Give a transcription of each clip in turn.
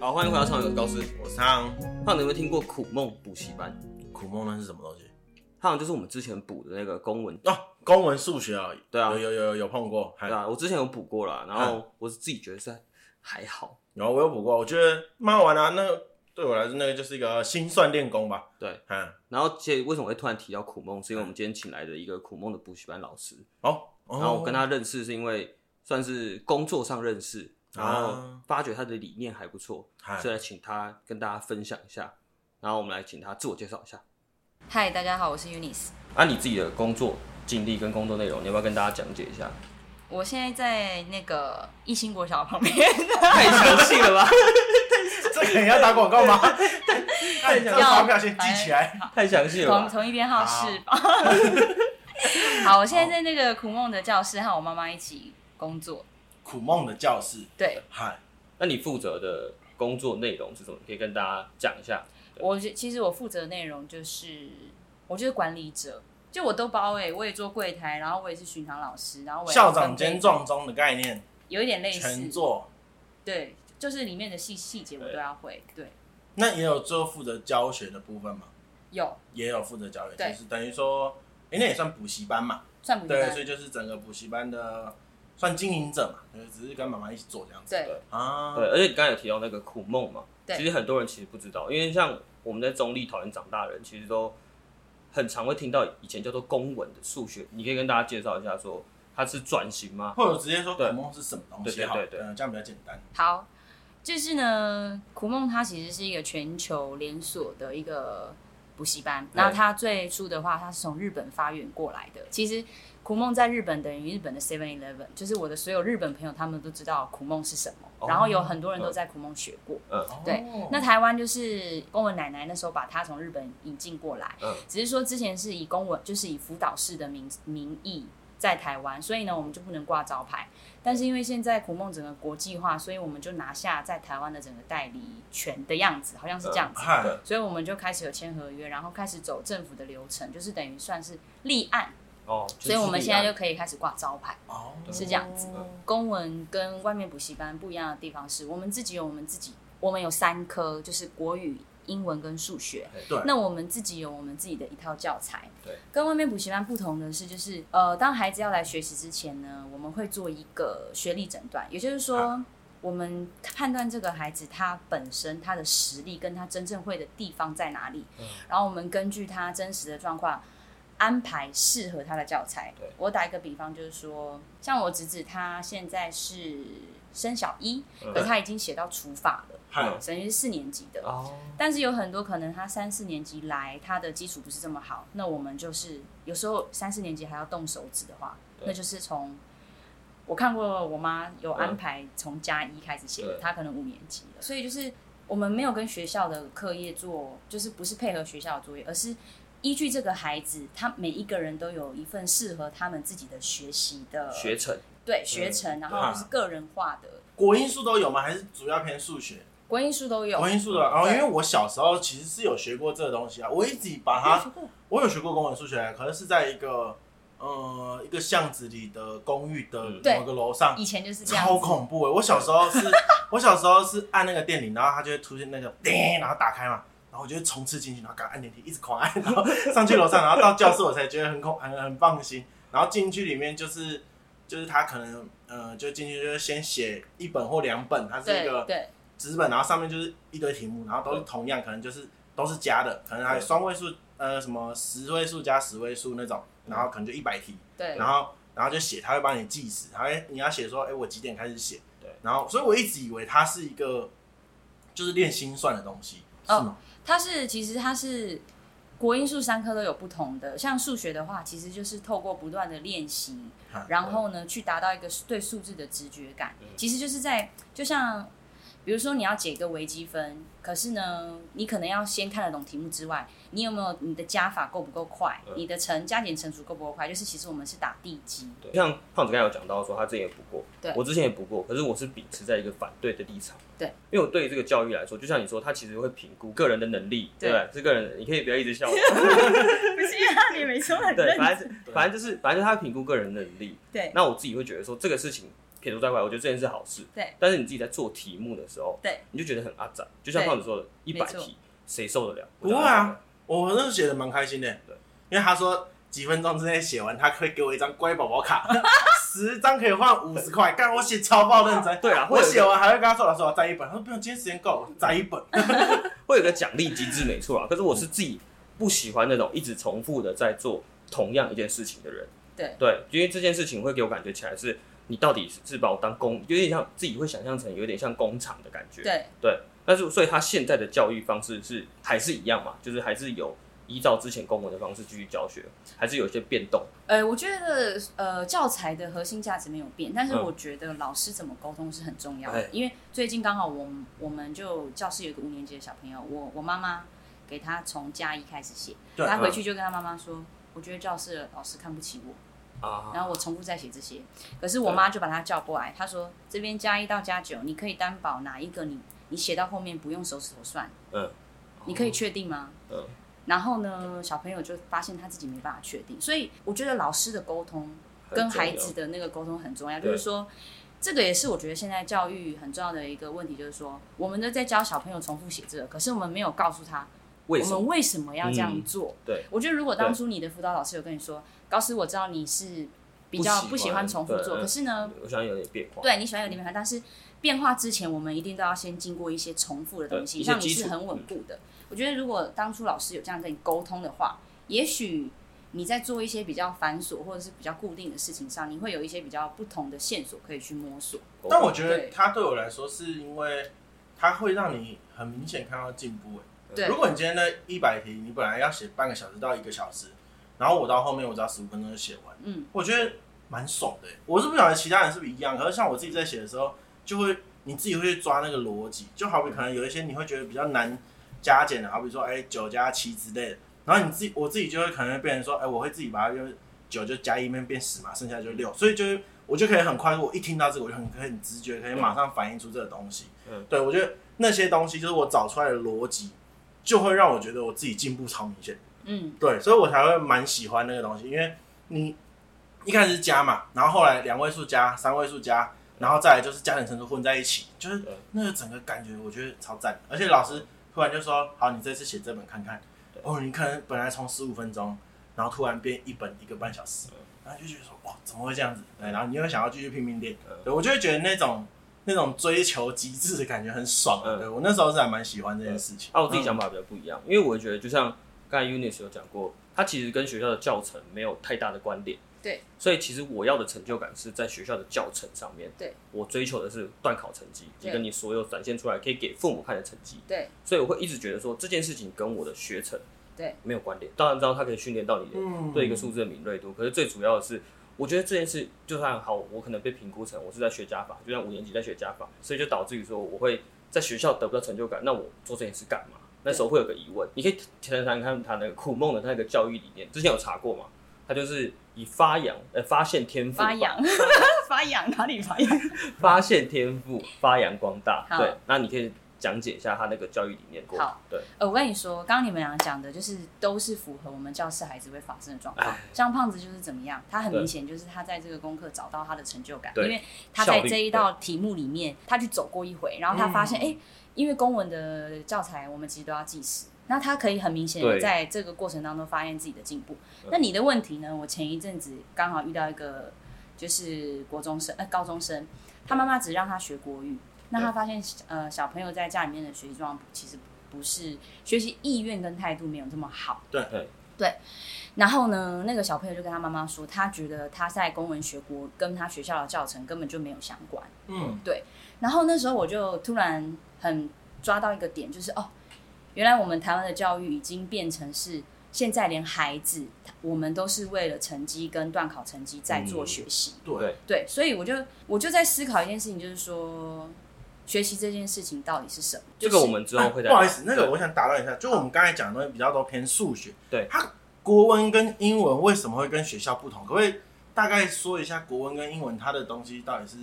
好，欢迎回到《少年高斯》。我上胖你有没有听过苦梦补习班？苦梦那是什么东西？它好像就是我们之前补的那个公文，哦，公文数学啊，对啊有有有有碰过，还对啊，我之前有补过啦，然哎后我是自己觉得是还好，有我有补过，我觉得蛮好玩啊。那个对我来说，那个就是一个心算练功吧。对，嗯，然后其实为什么会突然提到苦梦，是因为我们今天请来的一个苦梦的补习班老师，好、哦，然后我跟他认识是因为算是工作上认识，然后啊哎发觉他的理念还不错，嗨所以来请他跟大家分享一下，然后我们来请他自我介绍一下。嗨，大家好，我是 Unis。按、你自己的工作经历跟工作内容，你要不要跟大家讲解一下？我现在在那个一心国小旁边， 太详细了吧， 这个也要打广告吗？那你这个要发票先记起来。 哎太详细了同吧。同一编号是吧？好，我现在在那个苦梦的教室和我妈妈一起工作。苦梦的教室，对嗨，那你负责的工作内容是什么？可以跟大家讲一下。我觉，其实我负责的内容就是，我就是管理者，就我都包哎、我也做柜台，然后我也是巡堂老师，然后我也校长兼兼撞钟的概念，有一点类全似，做。对，就是里面的细细节我都要会，对，那也有做负责教学的部分嘛，有也有负责教学，对就是等于说，哎、那也算补习班嘛。算不对，所算？以就是整个补习班的算经营者嘛，就是只是跟妈妈一起做这样子。对，啊，对，而且你刚才有提到那个苦梦嘛，嗯对其实很多人其实不知道，因为像我们在中立桃园长大的人，其实都很常会听到以前叫做公文的数学，你可以跟大家介绍一下说它是转型吗？或者直接说对苦梦是什么东西对对好，对对嗯这样比较简单。好，就是呢，苦梦它其实是一个全球连锁的一个补习班，对那它最初的话，它是从日本发源过来的。其实苦梦在日本等于日本的 Seven Eleven，就是我的所有日本朋友他们都知道苦梦是什么，哦然后有很多人都在苦梦学过。对哦那台湾就是公文奶奶那时候把它从日本引进过来，嗯只是说之前是以公文就是以辅导室的名名义在台湾，所以呢我们就不能挂招牌。但是因为现在苦梦整个国际化，所以我们就拿下在台湾的整个代理权的样子，好像是这样子。嗨对所以我们就开始有签合约，然后开始走政府的流程，就是等于算是立案，哦，就是所以我们立现在案就可以开始挂招牌。哦是这样子嗯公文跟外面补习班不一样的地方是，我们自己有我们自己，我们有三科，就是国语、英文跟数学。对，那我们自己有我们自己的一套教材。哎对，跟外面补习班不同的是，就是呃，当孩子要来学习之前呢，我们会做一个学历诊断，也就是啊说，我们判断这个孩子他本身他的实力跟他真正会的地方在哪里，嗯然后我们根据他真实的状况。安排适合他的教材对。我打一个比方，就是说，像我侄子他现在是升小一，嗯可是他已经写到除法了，嗨等于是四年级的。哦，但是有很多可能他三四年级来，他的基础不是这么好，那我们就是有时候三四年级还要动手指的话，对那就是从我看过我妈有安排从加一开始写对的，她可能五年级了，所以就是我们没有跟学校的课业做，就是不是配合学校的作业，而是。依据这个孩子，他每一个人都有一份适合他们自己的学习的学嗯程对学程，然后是个人化的，国英数都有吗？还是主要偏数学？国英数都有。国英数的，哦，因对为我小时候其实是有学过这个东西啊，我一直把没有学它，过我有学过公文数学，可是是在一个呃一个巷子里的公寓的嗯对某个楼上，以前就是这样子，超恐怖哎、我小时候是，我小时候是按那个电铃，然后它就会出现那个叮，然后打开嘛，然后我就会冲刺进去，然后赶快按电梯，一直狂按，然后上去楼上，然后到教室我才觉得很恐很很放心。然后进去里面就是就是他可能呃就进去就是先写一本或两本，它是一对嗯个对，纸本，然后上面就是一堆题目，然后都是同样，可能就是都是加的，可能还有双位数呃什么十位数加十位数那种，然后可能就一百题。对，然后然后就写，他会帮你计时，他会你要写说，哎、我几点开始写？对，然后所以我一直以为它是一个就是练心算的东西，哦是吗？它是其实它是国英数三科都有不同的，像数学的话，其实就是透过不断的练习啊，然后呢去达到一个对数字的直觉感嗯，其实就是在就像。比如说你要解一个微积分，可是呢，你可能要先看得懂题目之外，你有没有你的加法够不够快，嗯你的乘加减乘除够不够快？就是其实我们是打地基，对，像胖子刚才有讲到说他之前也补过，对我之前也补过，可是我是秉持在一个反对的立场，对，因为我对于这个教育来说，就像你说，他其实会评估个人的能力，对对不对，这个人你可以不要一直笑我，不是啊，你没说很对， 真，反正反正就是反正就是他评估个人能力，对那我自己会觉得说这个事情撇除在外，我觉得这件事好事。对。但是你自己在做题目的时候，对，你就觉得很阿展，就像对胖子说的，一百没错题谁受得了？不会啊，我那时候写的蛮开心的，哦对，因为他说几分钟之内写完，他会给我一张乖宝宝卡， 十张可以换五十块，干我写超爆认真。对啊我会有一个写完还会跟他说老师我要再一本，他说不用，今天时间够，我再一本。会有一个奖励机制，没错啊。可是我是自己不喜欢那种一直重复的在做同样一件事情的人。对对，因为这件事情会给我感觉起来是，你到底是是把我当工，有点像自己会想象成有点像工厂的感觉。对对，但是所以他现在的教育方式是还是一样嘛，就是还是有依照之前公文的方式继续教学，还是有一些变动。呃，我觉得呃教材的核心价值没有变，但是嗯我觉得老师怎么沟通是很重要的，哎因为最近刚好我们我们就教室有一个五年级的小朋友，我我妈妈给他从加一开始写，对他回嗯去就跟他妈妈说，我觉得教室的老师看不起我。啊，然后我重复再写这些。可是我妈就把他叫过来，她说这边加一到加九，你可以担保哪一个你你写到后面不用手指头算，嗯，你可以确定吗？嗯。然后呢，小朋友就发现他自己没办法确定，所以我觉得老师的沟通很跟重孩要子的那个沟通很重要，就对是说。这个也是我觉得现在教育很重要的一个问题，就是说，我们都在教小朋友重复写这个，可是我们没有告诉他为我什么？们为什么要这样嗯做？对，我觉得如果当初你的辅导老师有跟你说，高斯，我知道你是比较不不喜喜欢欢重复做，对可是呢，我想有点变化。对你喜欢有点变化，但是变化之前，我们一定都要先经过一些重复的东对西，一些让你基础嗯是很稳固的。我觉得如果当初老师有这样跟你沟通的话，也许你在做一些比较繁琐或者是比较固定的事情上，你会有一些比较不同的线索可以去摸索。但我觉得对他对我来说是因为他会让你很明显看到进步。对如果你今天的一百题，你本来要写半个小时到一个小时，然后我到后面我只要十五分钟就写完，嗯，我觉得蛮爽的欸。我是不晓得其他人是不是一样，可是像我自己在写的时候，就会你自己会去抓那个逻辑，就好比可能有一些你会觉得比较难加减的，好比说哎九加七之类的，然后你自己我自己就会可能会变成说，哎，我会自己把它就是九就加一面变十嘛，剩下就是六，所以就是我就可以很快速，我一听到这个我就很很直觉可以马上反映出这个东西。嗯，对我觉得那些东西就是我找出来的逻辑，就会让我觉得我自己进步超明显。嗯，对，所以我才会蛮喜欢那个东西，因为你一开始是加嘛，然后后来两位数加、三位数加，然后再来就是加减乘除混在一起，就是对那个整个感觉，我觉得超赞。而且老师突然就说：“好，你这次写这本看看。”哦，你可能本来从十五分钟，然后突然变一本一个半小时，然后就觉得说：“哇，怎么会这样子？”对，然后你又想要继续拼命练嗯，对我就会觉得那种那种追求极致的感觉很爽啊。嗯对我那时候是还蛮喜欢这件事情。啊，我自己嗯想法比较不一样，因为我觉得就像刚才 Unis 有讲过，它其实跟学校的教程没有太大的关联。对，所以其实我要的成就感是在学校的教程上面。对，我追求的是段考成绩，以及对跟你所有展现出来可以给父母看的成绩。对所以我会一直觉得说这件事情跟我的学程对没有关联。当然知道它可以训练到你的嗯对一个数字的敏锐度，可是最主要的是，我觉得这件事就算好，我可能被评估成我是在学加法，就像五年级在学加法，所以就导致于说我会在学校得不到成就感，那我做这件事干嘛？那时候会有个疑问，你可以谈谈看他那个苦梦的那个教育理念，之前有查过嘛？他就是以发扬呃 发现天赋吧发痒， 发痒哪里发痒？发现天赋发扬光大，好对，那你可以讲解一下他那个教育理念过好，对，呃，我跟你说，刚刚你们俩讲的，就是都是符合我们教室孩子会发生的状况哎。像胖子就是怎么样，他很对明显就是他在这个功课找到他的成就感，对因为他效在率这一道题目里面，他去走过一回，然后他发现，嗯哎、因为公文的教材我们其实都要计时，那他可以很明显的对在这个过程当中发现自己的进步嗯。那你的问题呢？我前一阵子刚好遇到一个就是国中生，呃，高中生，他妈妈只让他学国嗯语，那他发现呃小朋友在家里面的学习状况其实不是学习意愿跟态度没有这么好。对对对。然后呢，那个小朋友就跟他妈妈说，他觉得他在公文学国跟他学校的教程根本就没有相关。嗯，然后那时候我就突然很抓到一个点，就是哦，原来我们台湾的教育已经变成是现在连孩子，我们都是为了成绩跟段考成绩在做嗯学习。对对，对，所以我就我就在思考一件事情，就是说学习这件事情到底是什么？这个我们之后会再、哎不好意思，那个对我想打断一下，就我们刚才讲的东西比较多偏数学。对它国文跟英文为什么会跟学校不同？可不可以大概说一下国文跟英文它的东西到底是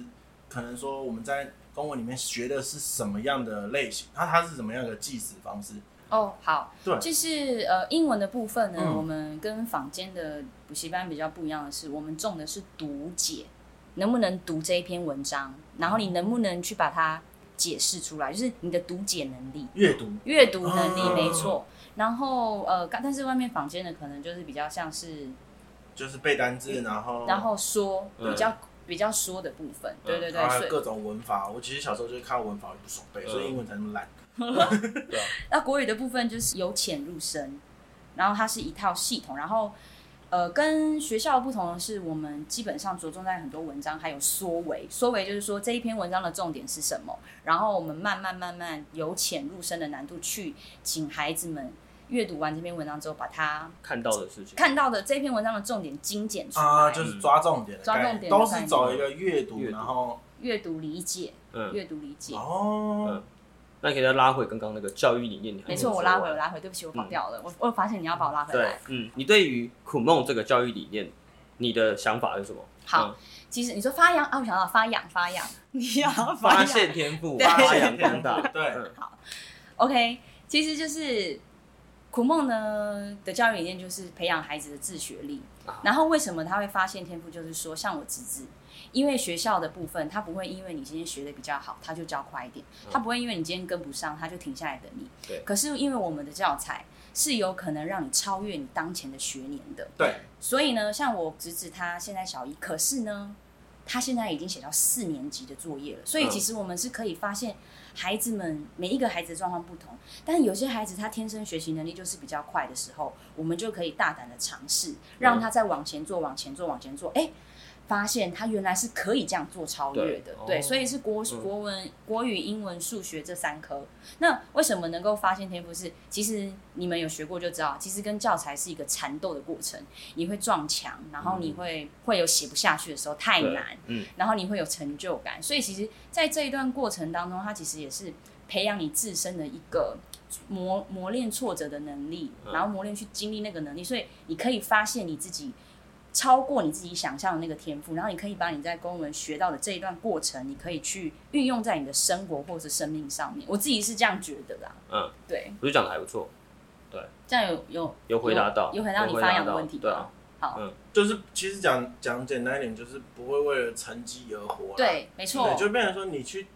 可能说我们在公文里面学的是什么样的类型？它它是怎么样的计时方式？哦，好，对就是呃，英文的部分呢，嗯我们跟坊间的补习班比较不一样的是，我们重的是读解，能不能读这一篇文章，然后你能不能去把它解释出来，就是你的读解能力。阅读阅读能力哦没错，然后呃，刚但是外面坊间的可能就是比较像是，就是背单字，然后然后说嗯比较比较说的部分，对对对，还所有以各种文法。我其实小时候就是看到文法我就不爽背，所以英文才那么烂。那国语的部分就是由浅入深，然后它是一套系统，然后呃，跟学校不同的是，我们基本上着重在很多文章还有缩尾，缩尾就是说这一篇文章的重点是什么，然后我们慢慢慢慢由浅入深的难度去请孩子们阅读完这篇文章之后，把它看到的事情，看到的这篇文章的重点精简出来，啊，就是抓重点的概抓念，重点的都概是念走一个阅读，阅读然后阅读理解，嗯，阅读理解。哦，那给大家拉回刚刚那个教育理念，你还没没错，说我拉回，完我拉回，对不起，我跑掉了。我我发现你要把我拉回对来。，嗯，你对于苦梦这个教育理念，你的想法是什么？嗯好，其实你说发扬啊，我想到发扬发扬，你要嗯，发发扬。现天赋， 对发扬光 大，对嗯 OK，其实就是苦梦呢的教育理念就是培养孩子的自学力。啊然后为什么他会发现天赋？就是说，像我侄子，因为学校的部分，他不会因为你今天学的比较好，他就教快一点；他不会因为你今天跟不上，他就停下来等你。嗯对可是因为我们的教材是有可能让你超越你当前的学年的，对，所以呢，像我侄子他现在小一，可是呢，他现在已经写到四年级的作业了。所以嗯其实我们是可以发现，孩子们每一个孩子的状况不同，但有些孩子他天生学习能力就是比较快的时候，我们就可以大胆的尝嗯试，让他再往前做，往前做，往前做，哎、发现他原来是可以这样做超越的对，对，哦所以是国嗯国文、国语、英文、数学这三科。那为什么能够发现天赋是？其实你们有学过就知道，其实跟教材是一个缠斗的过程。你会撞墙，然后你会、会有写不下去的时候太对难，嗯，然后你会有成就感。所以其实，在这一段过程当中，它其实也是培养你自身的一个磨磨练挫折的能力，嗯然后磨练去经历那个能力，所以你可以发现你自己。超过你自己想象的那个天赋，然后你可以把你在公文学到的这一段过程，你可以去运用在你的生活或是生命上面。我自己是这样觉得啦。嗯，对，我就讲的还不错，这样有有有回答到，有回答你发扬的问题吗对啊，就是其实讲讲简单一点，就是不会为了成绩而活啦，对，啊没错对，，就变成说你去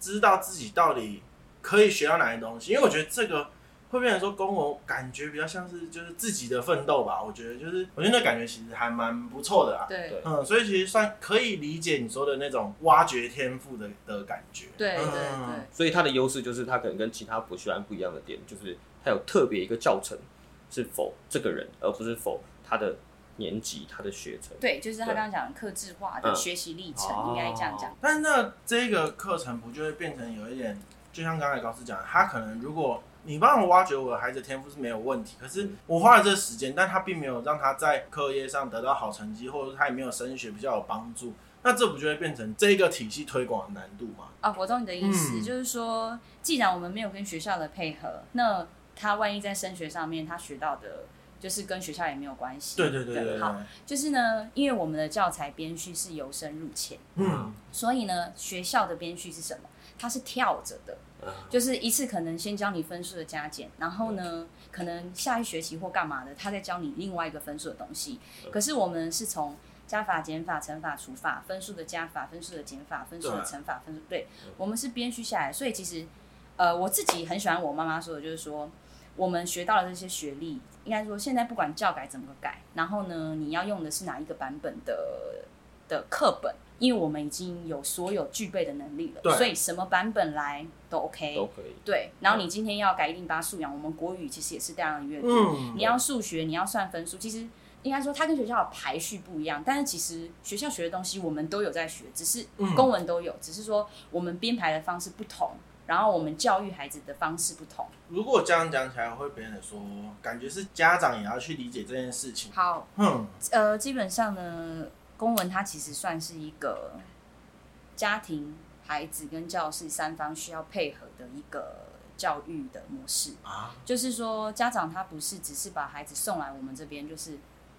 知道自己到底可以学到哪些东西，因为我觉得这个会变成说公文感觉比较像是就是自己的奋斗吧，我觉得就是我觉得那感觉其实还蛮不错的啦。对对嗯，所以其实算可以理解你说的那种挖掘天赋的的感觉。对对嗯对。所以它的优势就是它可能跟其他补习班不一样的点，就是它有特别一个教程是否这个人，而不是否他的年级、他的学程。对，就是他对刚刚讲的克制化的嗯学习历程，哦应该这样讲。但是那这个课程不就会变成有一点，就像刚才老师讲的，他可能如果你帮我挖掘我的孩子的天赋是没有问题，可是我花了这时间，但他并没有让他在课业上得到好成绩，或者他也没有升学比较有帮助，那这不就会变成这个体系推广的难度吗？啊，我懂你的意思，嗯就是说，既然我们没有跟学校的配合，那他万一在升学上面他学到的，就是跟学校也没有关系。对对对对对好，就是呢，因为我们的教材编序是由深入浅，嗯，所以呢，学校的编序是什么？它是跳着的，啊就是一次可能先教你分数的加减，然后呢，可能下一学期或干嘛的，他再教你另外一个分数的东西。可是我们是从加法、减法、乘法、除法，分数的加法、分数的减法、分数的乘法、分数，对，我们是编序下来。所以其实，呃，我自己很喜欢我妈妈说的，就是说我们学到了这些学历，应该说现在不管教改怎么改，然后呢，你要用的是哪一个版本的的课本。因为我们已经有所有具备的能力对了，所以什么版本来都 OK，嗯都可以。对，然后你今天要改一零八素养，我们国语其实也是大量的阅读。嗯你要数学，你要算分数，其实应该说它跟学校的排序不一样，但是其实学校学的东西我们都有在学，只是嗯公文都有，只是说我们编排的方式不同，然后我们教育孩子的方式不同。如果这样讲起来，会别人说，感觉是家长也要去理解这件事情。好，嗯，呃，基本上呢，公文它其实算是一个家庭、孩子跟教室三方需要配合的一个教育的模式。啊，就是说，家长他不是只是把孩子送来我们这边，就是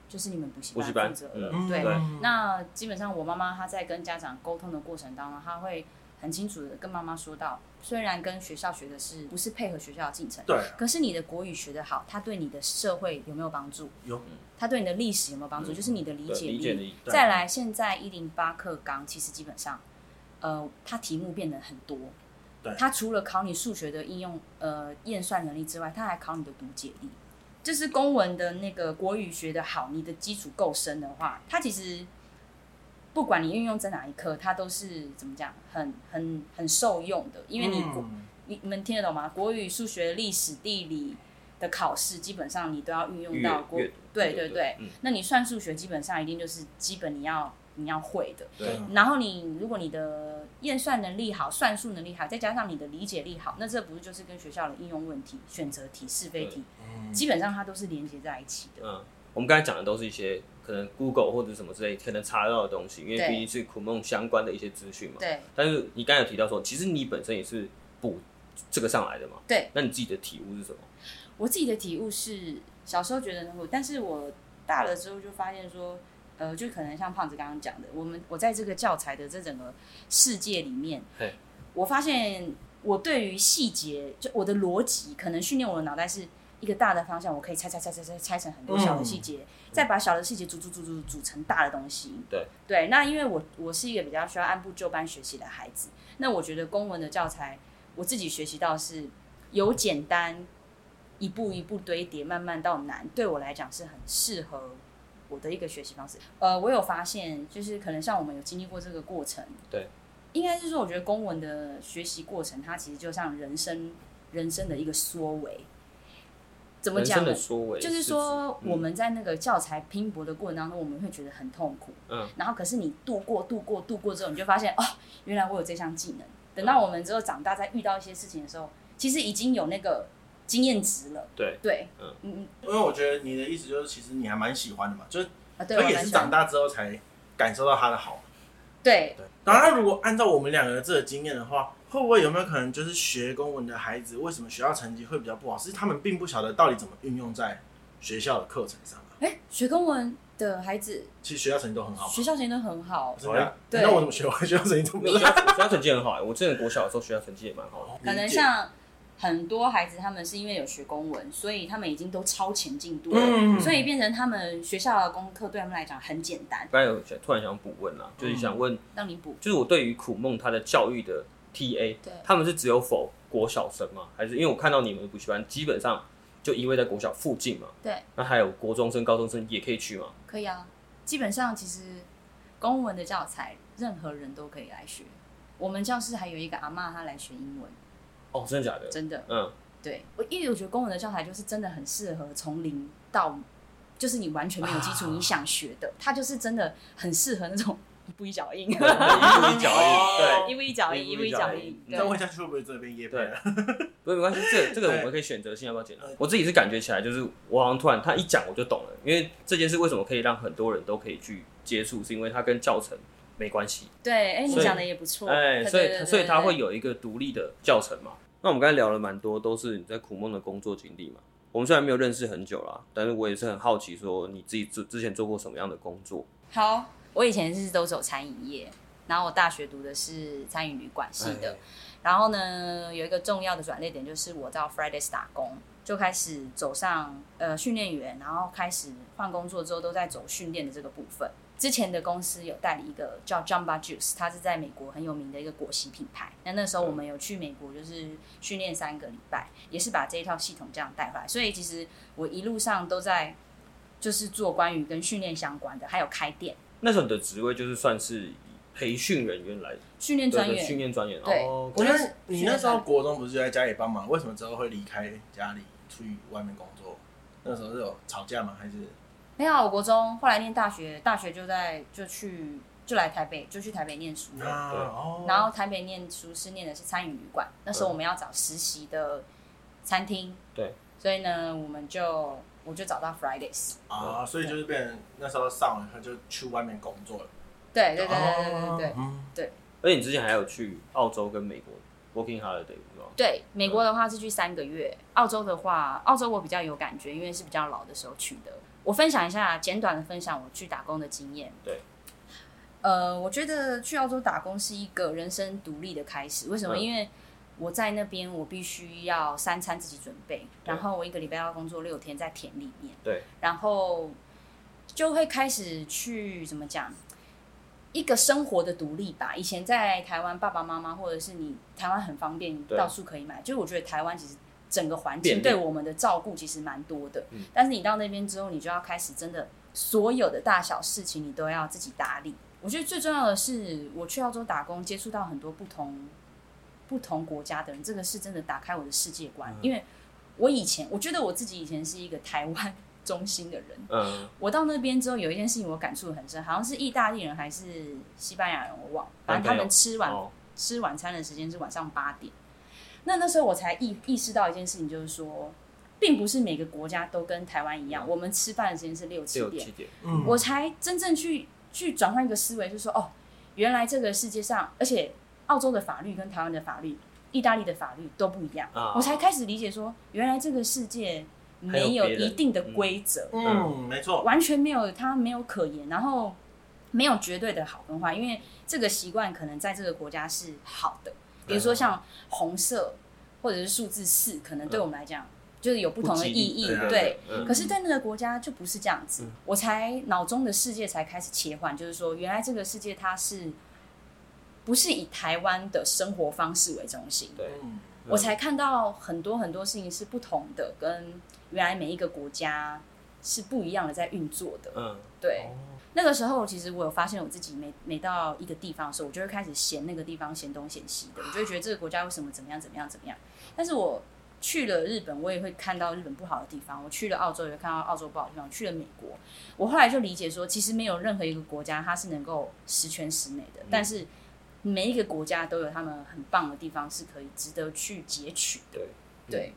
就是你们补习补习班负责了。嗯嗯对对，那基本上我妈妈她在跟家长沟通的过程当中，她会很清楚的跟妈妈说到，虽然跟学校学的是不是配合学校的进程，对，可是你的国语学得好，它对你的社会有没有帮助？有，嗯它对你的历史有没有帮助？就是你的理对解理解力，再来，现在一零八课纲其实基本上，呃，它题目变得很多。对它除了考你数学的应用，呃，验算能力之外，它还考你的读解力。就是公文的那个国语学的好，你的基础够深的话，它其实不管你运用在哪一科，它都是怎么讲，很很很受用的。因为你国、嗯你你们听得懂吗？国语、数学、历史、地理的考试，基本上你都要运用阅到国阅读，对对对对，嗯，那你算数学基本上一定就是基本你要你要会的，对，然后你如果你的验算能力好，算术能力好，再加上你的理解力好，那这不是就是跟学校的应用问题、选择题、是非题，嗯基本上它都是连接在一起的。嗯，我们刚才讲的都是一些可能 Google 或者什么之类可能查得到的东西，因为对毕竟是苦梦相关的一些资讯嘛。对但是你刚才有提到说，其实你本身也是补这个上来的嘛？对。那你自己的体悟是什么？我自己的体悟是，小时候觉得很苦，但是我大了之后就发现说，呃，就可能像胖子刚刚讲的，我们我在这个教材的这整个世界里面嘿，我发现我对于细节，就我的逻辑，可能训练我的脑袋是一个大的方向，我可以拆拆拆拆拆拆成很多小的细节，再把小的细节组组组组组成大的东西。对对，那因为我我是一个比较需要按部就班学习的孩子，那我觉得公文的教材，我自己学习到是由简单一步一步堆叠，慢慢到难，对我来讲是很适合我的一个学习方式。呃，我有发现，就是可能像我们有经历过这个过程，对，应该是说，我觉得公文的学习过程，它其实就像人生人生的一个缩尾。怎么人讲生呢的？缩尾，就是说，嗯我们在那个教材拼搏的过程当中，我们会觉得很痛苦。嗯，然后可是你度过、度过、度过之后，你就发现哦，原来我有这项技能。等嗯到我们之后长大，再遇到一些事情的时候，其实已经有那个经验值了。对对，嗯嗯因为我觉得你的意思就是，其实你还蛮喜欢的嘛，就是啊，对，可我也蛮是喜欢长。大之后才感受到它的好。对，对，然后如果按照我们两个这个经验的话，会不会有没有可能就是学公文的孩子，为什么学校成绩会比较不好？是他们并不晓得到底怎么运用在学校的课程上啊。哎，学公文的孩子其实学校成绩都很好嘛，学校成绩都很好，真的啊。对那我怎么学？我学校成绩这没么有学烂？校学校成绩很好、欸，我之前国小的时候学校成绩也蛮好的。可能像很多孩子，他们是因为有学公文，所以他们已经都超前进度了，嗯所以变成他们学校的功课对他们来讲很简单，刚才有想突然想补问啦，嗯就是想问，让你补。就是我对于苦梦他的教育的 TA，对他们是只有否国小生吗？还是因为我看到你们的补习班基本上就依偎在国小附近嘛？对，那还有国中生、高中生也可以去吗？可以啊。基本上其实公文的教材，任何人都可以来学。我们教室还有一个阿嬷，她来学英文，哦，真的假的？真的。嗯，对，我因为我觉得公文的教材就是真的很适合从零到，就是你完全没有基础，啊你想学的，它就是真的很适合那种一步一 脚印，那一步一脚印，对。哦 一步一脚印，一一步步一一脚脚印嗯印。对再问下去会不会这边也 对了？不是没关系，这这个我们可以选择性要不要剪掉。我自己是感觉起来，就是我好像突然他一讲我就懂了，因为这件事为什么可以让很多人都可以去接触，是因为它跟教程没关系，对，哎，你所以讲的也不错。哎，对所以对对所以它对会有一个独立的教程嘛。那我们刚才聊了蛮多，都是你在苦梦的工作经历嘛。我们虽然没有认识很久啦，但是我也是很好奇，说你自己之之前做过什么样的工作？好。我以前是都走餐饮业，然后我大学读的是餐饮旅馆系哎的。然后呢，有一个重要的转捩点就是我到 Fridays 打工，就开始走上呃训练员，然后开始换工作之后都在走训练的这个部分。之前的公司有代理一个叫 Jamba Juice，它是在美国很有名的一个果昔品牌。那那时候我们有去美国，就是训练三个礼拜，也是把这一套系统这样带回来。所以其实我一路上都在就是做关于跟训练相关的，还有开店、那时候你的职位就是算是以培训人员来，训练专对员训。练专员。对哦，我觉得你那时候国中不是就在家里帮忙，为什么之后会离开家里出去外面工作？那时候是有吵架吗？还是没有，我国中后来念大学，大学就在就去就来台北，就去台北念书了。对哦然后台北念书是念的是餐饮旅馆，那时候嗯我们要找实习的餐厅，对，所以呢，我们就我就找到 Fridays，啊，所以就是变成那时候上完课就去外面工作了。对对对对对对对、哦嗯而且你之前还有去澳洲跟美国 working holiday，是吧？对。美国的话是去三个月，澳洲的话，澳洲我比较有感觉，因为是比较老的时候去的。我分享一下简短的分享我去打工的经验。对，呃，我觉得去澳洲打工是一个人生独立的开始。为什么？嗯因为我在那边，我必须要三餐自己准备，然后我一个礼拜要工作六天在田里面，对，然后就会开始去怎么讲，一个生活的独立吧。以前在台湾，爸爸妈妈或者是你台湾很方便，对到处可以买。就是我觉得台湾其实整个环便境利对我们的照顾其实蛮多的，嗯但是你到那边之后，你就要开始真的所有的大小事情你都要自己打理。我觉得最重要的是，我去澳洲打工，接触到很多不同不同国家的人，这个是真的打开我的世界观。嗯因为我以前我觉得我自己以前是一个台湾中心的人，嗯，我到那边之后有一件事情我感触很深，好像是意大利人还是西班牙人，我忘了，反正他们吃晚哦，吃晚餐的时间是晚上八点。那那时候我才意意识到一件事情，就是说，并不是每个国家都跟台湾一样，我们吃饭的时间是六七六点七。点，嗯，我才真正去去转换一个思维，就是说，哦，原来这个世界上，而且澳洲的法律跟台湾的法律、意大利的法律都不一样，啊我才开始理解说，原来这个世界还有没有别人一定的规则，嗯，没错，完全没有，它没有可言，然后没有绝对的好跟坏，因为这个习惯可能在这个国家是好的，比啊如说像红色或者是数字四，可能对我们来讲就是有不同的嗯不吉利意义，对啊对。嗯可是，在那个国家就不是这样子，嗯我才脑中的世界才开始切换，就是说，原来这个世界它是不是以台湾的生活方式为中心？对，嗯，我才看到很多很多事情是不同的，跟原来每一个国家是不一样的在运作的。嗯，对，那个时候其实我有发现我自己每每到一个地方的时候，我就会开始嫌那个地方嫌东嫌西的，我就会觉得这个国家为什么怎么样怎么样怎么样。但是我去了日本，我也会看到日本不好的地方；我去了澳洲，也会看到澳洲不好的地方；去了美国，我后来就理解说，其实没有任何一个国家它是能够十全十美的，但是每一个国家都有他们很棒的地方，是可以值得去截取的。对，对，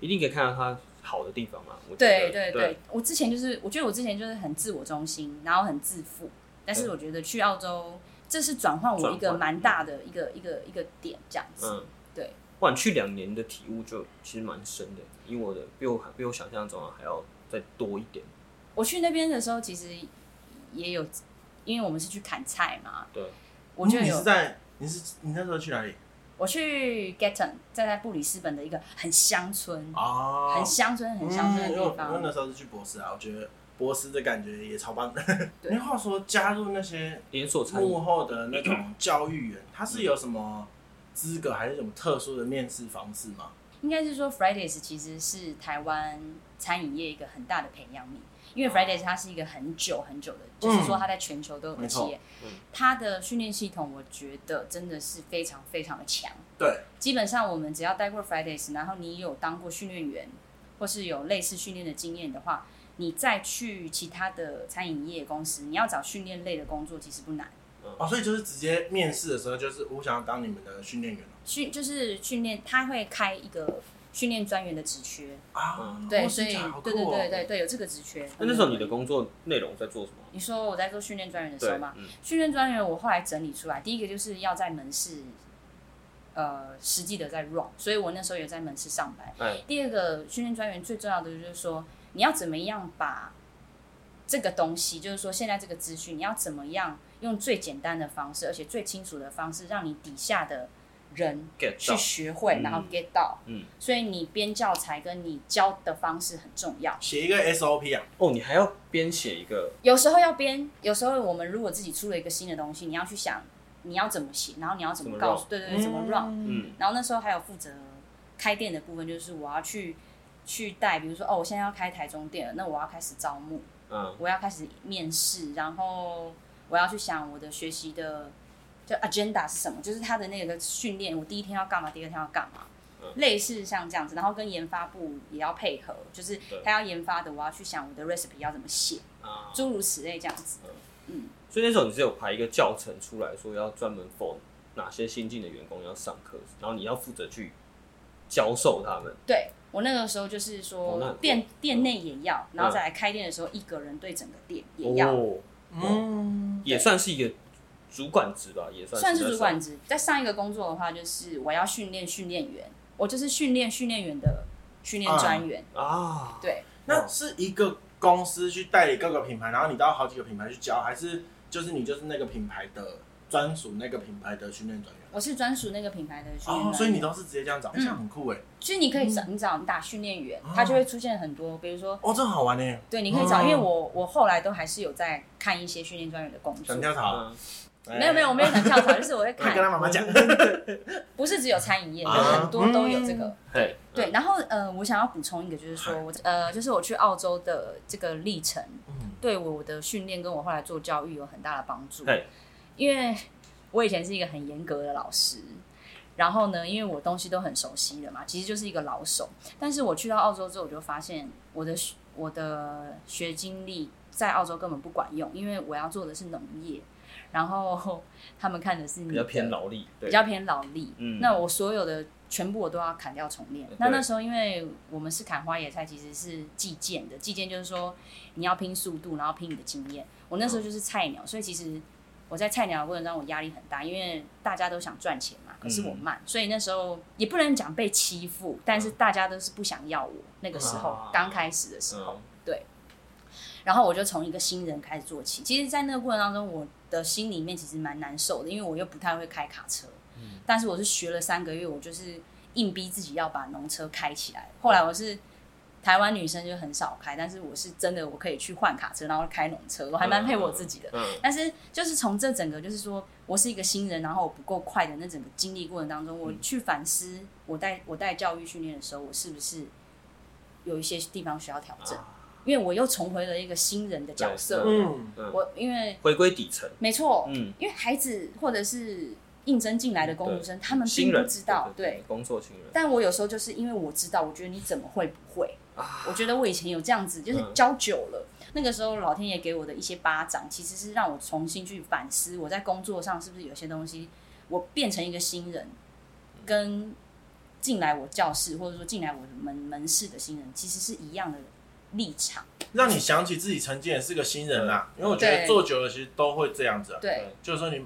一定可以看到它好的地方嘛。我觉对得对对对，我之前就是，我觉得我之前就是很自我中心，然后很自负，但是嗯对我觉得去澳洲，这是转换我一转个换蛮大的一个一个一个点这样子。嗯，对。哇，你去两年的体悟就其实蛮深的，因为我的比我比我想象中啊还要再多一点。我去那边的时候，其实也有，因为我们是去砍菜嘛，对，我就哦嗯你是有在你是你那时候去哪里？我去 Gatton，站在布里斯本的一个很乡村、哦，嗯很乡村、很乡村的嗯因为我地因为那方。时候是去博士啊，我觉得博士的感觉也超棒的。 对没话说，加入那些连锁餐饮幕后的那种教育员，他是有什么资格还是什么特殊的面试方式吗？应该是说 Fridays 其实是台湾餐饮业一个很大的培养皿，哦因为 Fridays 它是一个很久很久的，就是说它在全球都有的企业嗯没错嗯，它的训练系统我觉得真的是非常非常的强。对，基本上我们只要待过 Fridays，然后你有当过训练员，或是有类似训练的经验的话，你再去其他的餐饮业公司，你要找训练类的工作其实不难。哦，所以就是直接面试的时候，就是我想要当你们的训练员哦训就是训练，他会开一个训练专员的职缺，啊，对，哦所真以假好酷对哦对对对对，有这个职缺。嗯那那时候你的工作内容在做什么？你说我在做训练专员的时对候吗，？嗯训练专员我后来整理出来，第一个就是要在门市，呃，实际的在 run，所以我那时候也在门市上班。哎，第二个训练专员最重要的就是说，你要怎么样把这个东西，就是说现在这个资讯，你要怎么样用最简单的方式，而且最清楚的方式，让你底下的人 get 去到，学会，嗯然后 get 到。嗯，所以你编教材跟你教的方式很重要。写一个 SOP 啊，哦，你还要编写一个，有时候要编，有时候我们如果自己出了一个新的东西，你要去想你要怎么写，然后你要怎么怎么告诉，对对对，怎么 run。嗯嗯，然后那时候还有负责开店的部分，就是我要去去带，比如说哦，我现在要开台中店了，那我要开始招募，嗯，我要开始面试，然后我要去想我的学习的就 agenda 是什么，就是他的那个训练，我第一天要干嘛，第二天要干嘛。嗯类似像这样子，然后跟研发部也要配合，就是对他要研发的，我要去想我的 recipe 要怎么写，啊，诸如此类这样子。所以那时候你是有排一个教程出来说要专门 for 哪些新进的员工要上课，然后你要负责去教授他们。对我那个时候就是哦那很酷说店店内也要，然后再来开店的时候一个人对整个店也要，哦，嗯，也算是一个主管职吧，也算算是在主管职。在上一个工作的话，就是我要训练训练员，我就是训练训练员的训练专员。上啊，对，那是一个公司去代理各个品牌，然后你到好几个品牌去教，还是就是你就是那个品牌的专属那个品牌的训练专员？我是专属那个品牌的训练哦，专所以你员都是直接这嗯样找，这样很酷哎！其实你可以找你找你打训练员哦，他就会出现很多，比如说哦，这很好玩呢，对，你可以找，哦因为我我后来都还是有在看一些训练专员的工作想。跳槽？嗯，没有没有，我没有想跳槽，就是 我会快跟看，他妈妈讲。不是只有餐饮业，就啊很多都有这个。嘿，对，然后呃，我想要补充一个，就是说我呃，就是我去澳洲的这个历程，嗯对我的训练跟我后来做教育有很大的帮助嘿。因为我以前是一个很严格的老师，然后呢，因为我东西都很熟悉的嘛，其实就是一个老手。但是我去到澳洲之后，我就发现我的学我的学经历在澳洲根本不管用，因为我要做的是农业，然后 他们看的是你比较偏的劳力，对比，较偏劳力。嗯呃那我所有的全部我都要砍掉重练对。那那时候因为我们是砍花野菜，其实是计件的，计件就是说你要拼速度，然后拼你的经验。我嗯那时候就是菜鸟，所以其实我在菜鸟的过程中我压力很大，因为大家都想赚钱嘛，可是嗯我慢，所以那时候也不能讲被欺负，但是大家都是不想要我。那个时候啊刚开始的时候，嗯然后我就从一个新人开始做起。其实，在那个过程当中，我的心里面其实蛮难受的，因为我又不太会开卡车。但是我是学了三个月，我就是硬逼自己要把农车开起来。后来我是台湾女生就很少开，但是我是真的我可以去换卡车，然后开农车，我还蛮佩服我自己的。嗯，但是就是从这整个就是说我是一个新人，然后我不够快的那整个经历过程当中，我嗯去反思我带我带教育训练的时候，我是不是有一些地方需要调整？啊因为我又重回了一个新人的角 色，嗯，嗯，我因为回归底层，没错，嗯，因为孩子或者是应征进来的工读生，他们并新不人知道，对对，工作新人，但我有时候就是因为我知道，我觉得你怎么会不会？我觉得我以前有这样子，就是嗯教久了，那个时候老天爷给我的一些巴掌，其实是让我重新去反思我在工作上是不是有些东西，我变成一个新人，跟进来我教室或者说进来我的门门市的新人，其实是一样的立场。让你想起自己曾经也是个新人啦，因为我觉得对做久了其实都会这样子啊，对，就是说你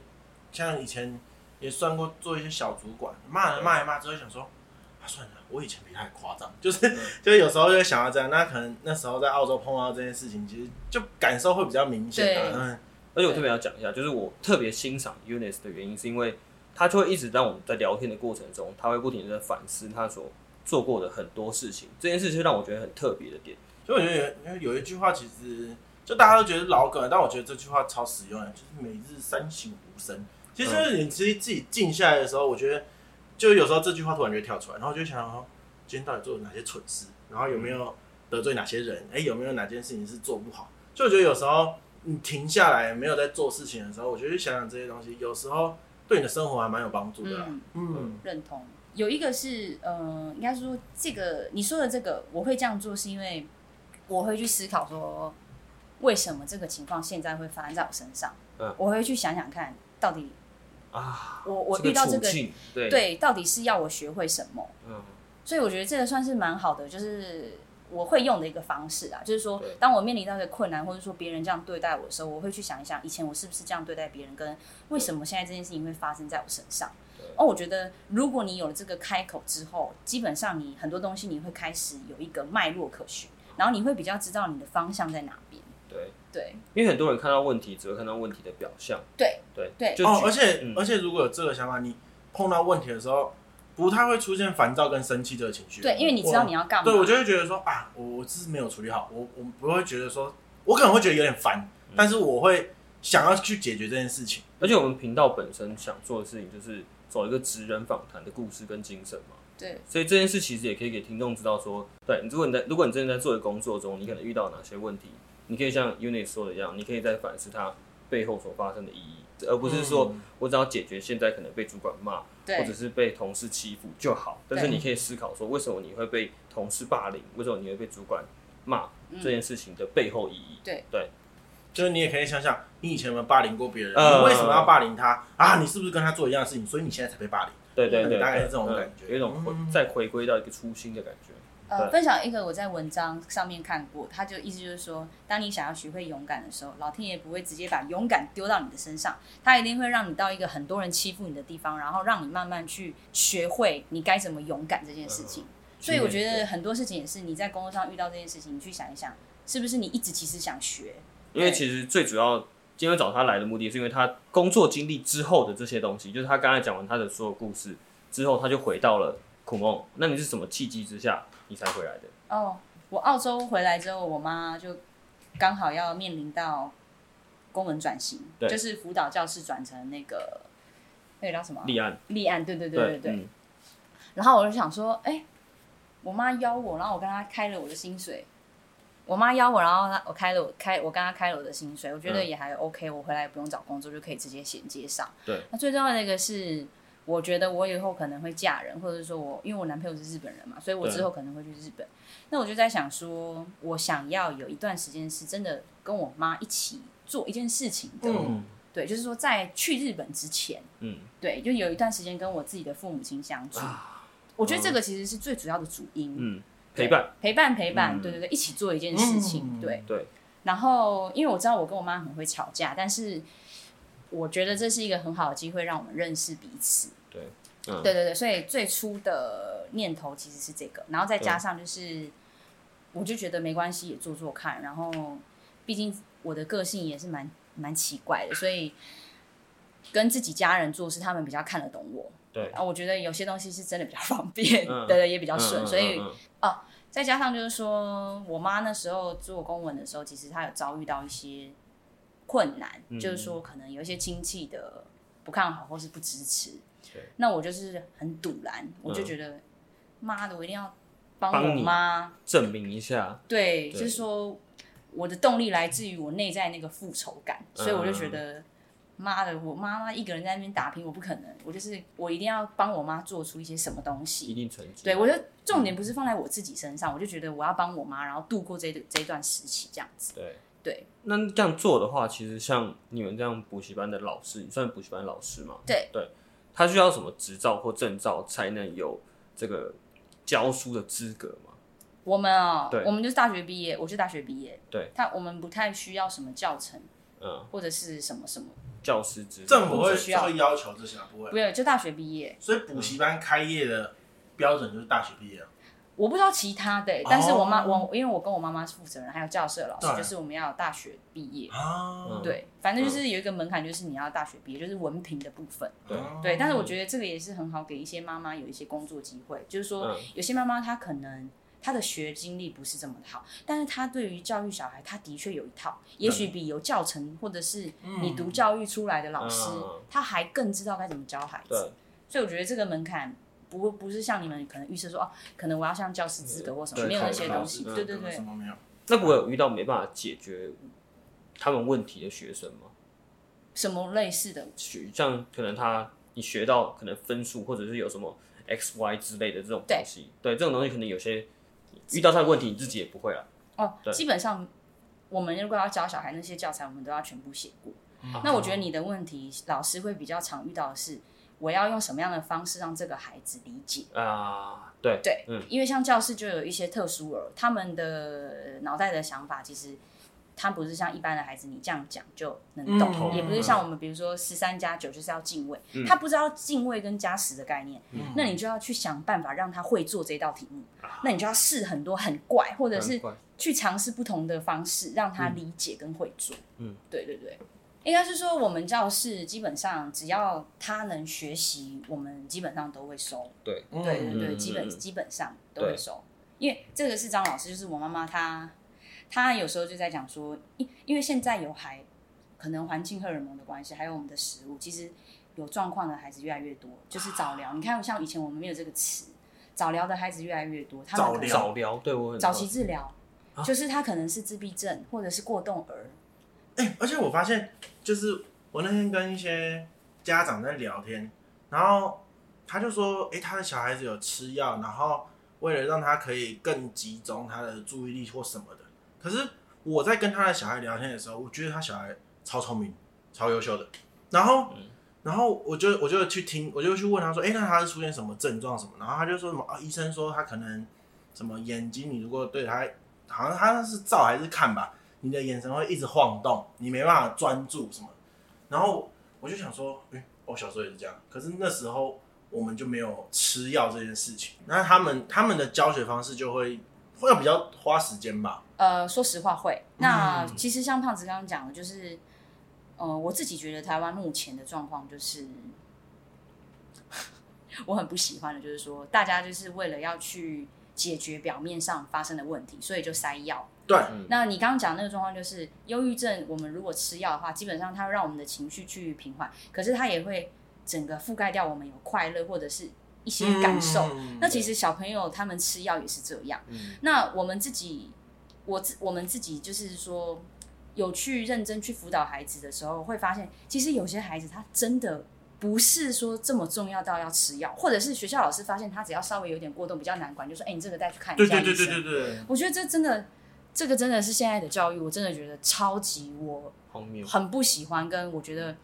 像以前也算过做一些小主管，骂人骂一骂之后想说，啊算了，我以前比他还夸张，就是嗯就是有时候就会想要这样，那可能那时候在澳洲碰到这件事情，其实就感受会比较明显对啊，而且我特别要讲一下，就是我特别欣赏 Unis 的原因，是因为他就会一直让我们在聊天的过程中，他会不停的反思他所做过的很多事情。这件事是让我觉得很特别的点。嗯，所以我觉得有有一句话其实就大家都觉得老梗，但我觉得这句话超实用的，就是每日三省吾身。其实就是你其实自己静下来的时候，我觉得就有时候这句话突然就会跳出来，然后我就想说，今天到底做了哪些蠢事，然后有没有得罪哪些人？哎、有没有哪件事情是做不好？就我觉得有时候你停下来没有在做事情的时候，我觉得想想这些东西，有时候对你的生活还蛮有帮助的啦。嗯，嗯，认同。有一个是，呃，应该说这个你说的这个，我会这样做是因为我会去思考说，为什么这个情况现在会发生在我身上？嗯我会去想想看，到底啊，我我遇到这个处境，对，对，到底是要我学会什么？嗯，所以我觉得这个算是蛮好的，就是我会用的一个方式啊，就是说对，当我面临到一个困难，或者说别人这样对待我的时候，我会去想一想，以前我是不是这样对待别人，跟为什么现在这件事情会发生在我身上对。哦，我觉得如果你有了这个开口之后，基本上你很多东西你会开始有一个脉络可循，嗯然后你会比较知道你的方向在哪边。对，对因为很多人看到问题，只会看到问题的表象，对对对就哦，举而且、嗯而且如果有这个想法，你碰到问题的时候，不太会出现烦躁跟生气这个情绪。对，因为你知道你要干嘛。对，我就会觉得说啊，我我只是没有处理好，我我不会觉得说，我可能会觉得有点烦，但是我会想要去解决这件事情。而且我们频道本身想做的事情，就是走一个职人访谈的故事跟精神嘛。对所以这件事其实也可以给听众知道说，对，如果你在如果你真的在做的工作中，你可能遇到哪些问题，你可以像 Unis 说的一样，你可以再反思它背后所发生的意义，而不是说嗯我只要解决现在可能被主管骂或者对是被同事欺负就好。但是你可以思考说，为什么你会被同事霸凌，为什么你会被主管骂这件事情的背后意义？对对，就是你也可以想想，你以前有没有霸凌过别人？呃你为什么要霸凌他啊？你是不是跟他做一样的事情，所以你现在才被霸凌？对对对，大概是对这种嗯感觉有一种回再回归到一个初心的感觉。呃，对分享一个我在文章上面看过，他就意思就是说，当你想要学会勇敢的时候，老天爷不会直接把勇敢丢到你的身上，他一定会让你到一个很多人欺负你的地方，然后让你慢慢去学会你该嗯怎么勇敢这件事情。所以我觉得很多事情也是你在工作上遇到这件事情，你去想一想，是不是你一直其实想学？因为其实最主要今天找他来的目的，是因为他工作经历之后的这些东西，就是他刚才讲完他的所有故事之后，他就回到了苦梦。那你是什么契机之下你才回来的？哦，我澳洲回来之后，我妈就刚好要面临到公文转型，对就是辅导教室转成那个那个叫什么啊立案，立案，对对对对对。嗯，然后我就想说，哎、我妈邀我，然后我跟她开了我的薪水。我妈邀我，然后她我开了我开我跟她开了我的薪水，我觉得嗯也还 OK，、我回来也不用找工作就可以直接衔接上。对。那最重要的一个是，我觉得我以后可能会嫁人，或者说我因为我男朋友是日本人嘛，所以我对之后可能会去日本。那我就在想说，我想要有一段时间是真的跟我妈一起做一件事情的，嗯，对，就是说在去日本之前，嗯，对，就有一段时间跟我自己的父母亲相处。我觉得这个其实是最主要的主因，嗯，对陪伴，陪伴陪伴，嗯对对对，一起做一件事情，嗯对对。然后因为我知道我跟我妈很会吵架，但是我觉得这是一个很好的机会，让我们认识彼此。嗯，对对对，所以最初的念头其实是这个，然后再加上就是，我就觉得没关系，也做做看。然后，毕竟我的个性也是蛮蛮奇怪的，所以跟自己家人做事，他们比较看得懂我。对啊，我觉得有些东西是真的比较方便，嗯对对，也比比较顺，所以嗯嗯再加上就是说，我妈那时候做公文的时候，其实她有遭遇到一些困难，嗯就是说可能有一些亲戚的不看好或是不支持对。嗯那我就是很堵然，我就觉得妈、的，我一定要帮帮我你妈。证明一下，对，对就是说我的动力来自于我内在那个复仇感，嗯所以我就觉得。妈的，我妈妈一个人在那边打拼，我不可能。我就是我一定要帮我妈做出一些什么东西一，定成绩。对，我就重点不是放在我自己身上，我就觉得我要帮我妈，然后度过这这一段时期这样子。对对。那这样做的话，其实像你们这样补习班的老师，你算补习班老师吗？对对，他需要什么执照或证照才能有这个教书的资格吗？我们哦、对我们就是大学毕业，我就大学毕业。对，他我们不太需要什么教程嗯，或者是什么什么，教师执照政府嗯会需要会要求这些吗不会，不有，就大学毕业。所以补习班开业的标准就是大学毕业了。我不知道其他的、哦但是我妈、我因为我跟我妈妈是负责人，还有教室的老师，对就是我们要有大学毕业。啊嗯对，反正就是有一个门槛，就是你要大学毕业，就是文凭的部分。对哦对，但是嗯我觉得这个也是很好给一些妈妈有一些工作机会，就是说、嗯有些妈妈她可能她的学经历不是这么好，但是她对于教育小孩，她的确有一套，也许嗯比有教程或者是你读教育出来的老师，嗯她还更知道该怎么教孩子。对，所以我觉得这个门槛不不是像你们可能预设说哦，可能我要像教师资格或什么，对没有那些考东西。考试对对对对什，么没有？那不会有遇到没办法解决他们问题的学生吗？什么类似的，学像可能他你学到可能分数或者是有什么 x y 之类的这种东西，对这种东西可能有些遇到他的问题你自己也不会啊。哦，对基本上我们如果要教小孩那些教材，我们都要全部写过。嗯那我觉得你的问题，老师会比较常遇到的是，我要用什么样的方式让这个孩子理解？啊，对，对，嗯因为像教室就有一些特殊儿，他们的脑袋的想法其实。他不是像一般的孩子，你这样讲就能懂，嗯也不是像我们，比如说十三加九就是要敬畏，嗯他不知道敬畏跟加十的概念，那你就要去想办法让他会做这道题目，那你就要试很多很怪，或者啊是难怪去尝试不同的方式，让他理解跟会做。嗯，对对对，应该是说我们教室基本上只要他能学习，我们基本上都会收。对，嗯对哦对嗯对，嗯基本嗯基本上都会对收，因为这个是张老师，就是我妈妈她，她有时候就在讲说，因因为现在有孩，可能环境荷尔蒙的关系，还有我们的食物，其实有状况的孩子越来越多，就是早疗。你看，像以前我们没有这个词，早疗的孩子越来越多，他们早可能疗早疗对我很早期治疗，就是他可能是自闭症或者是过动儿，哎、而且我发现，就是我那天跟一些家长在聊天，然后他就说，哎、他的小孩子有吃药，然后为了让他可以更集中他的注意力或什么的。可是我在跟他的小孩聊天的时候，我觉得他小孩超聪明、超优秀的。然后，嗯然后我就我就去听，我就去问他说，哎、那他是出现什么症状什么？然后他就说什么啊，医生说他可能什么眼睛，你如果对他，好像他是照还是看吧，你的眼神会一直晃动，你没办法专注什么。然后我就想说，诶，我小时候也是这样，可是那时候我们就没有吃药这件事情。那他们他们的教学方式就会会比较花时间吧，呃，说实话会。那其实像胖子刚刚讲的，就是，呃，我自己觉得台湾目前的状况就是， 我很不喜欢的，就是说大家就是为了要去解决表面上发生的问题，所以就塞药。对嗯那你刚刚讲的那个状况就是，忧郁症我们如果吃药的话，基本上它会让我们的情绪去平缓，可是它也会整个覆盖掉我们有快乐或者是一些感受。嗯那其实小朋友他们吃药也是这样。嗯那我们自己，我自我们自己就是说，有去认真去辅导孩子的时候，会发现其实有些孩子他真的不是说这么重要到要吃药，或者是学校老师发现他只要稍微有点过动比较难管，就说哎、你这个再去看一对下医对生。对对对对，我觉得这真的，这个真的是现在的教育，我真的觉得超级我荒谬。很不喜欢，跟我觉得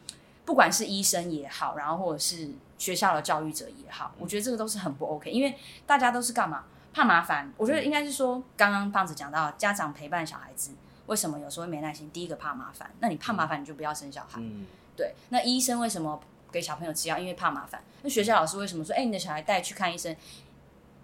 不管是医生也好，然后或者是学校的教育者也好，我觉得这个都是很不 OK，因为大家都是干嘛怕麻烦。我觉得应该是说，刚刚胖子讲到家长陪伴小孩子。为什么有时候会没耐心？第一个怕麻烦，那你怕麻烦你就不要生小孩。嗯，对，那医生为什么给小朋友吃药？因为怕麻烦。那学校老师为什么说，哎、你的小孩带去看医生？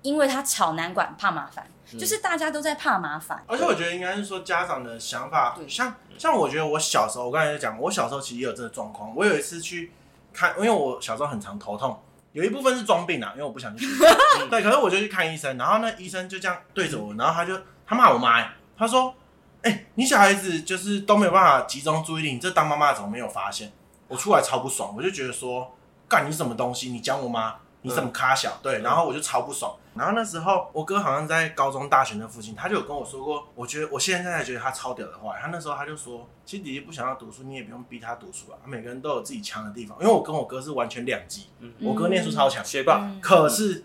因为他吵难管，怕麻烦，就是大家都在怕麻烦。而且我觉得应该是说家长的想法对，像像我觉得我小时候，我刚才就讲，我小时候其实也有这个状况。我有一次去看，因为我小时候很常头痛，有一部分是装病啊，因为我不想去吃药。对，可是我就去看医生，然后那医生就这样对着我，然后他就他骂我妈、欸，他说：“哎、你小孩子就是都没有办法集中注意力，你这当妈妈怎么没有发现？”我出来超不爽，我就觉得说，干你什么东西？你讲我妈，你怎么嗯咖小？对，然后我就超不爽。然后那时候我哥好像在高中、大学那附近，他就有跟我说过，我觉得我现在才觉得他超屌的话，他那时候他就说，其实弟弟不想要读书，你也不用逼他读书啊，每个人都有自己强的地方。因为我跟我哥是完全两极，我哥念书超强，嗯学霸，嗯可是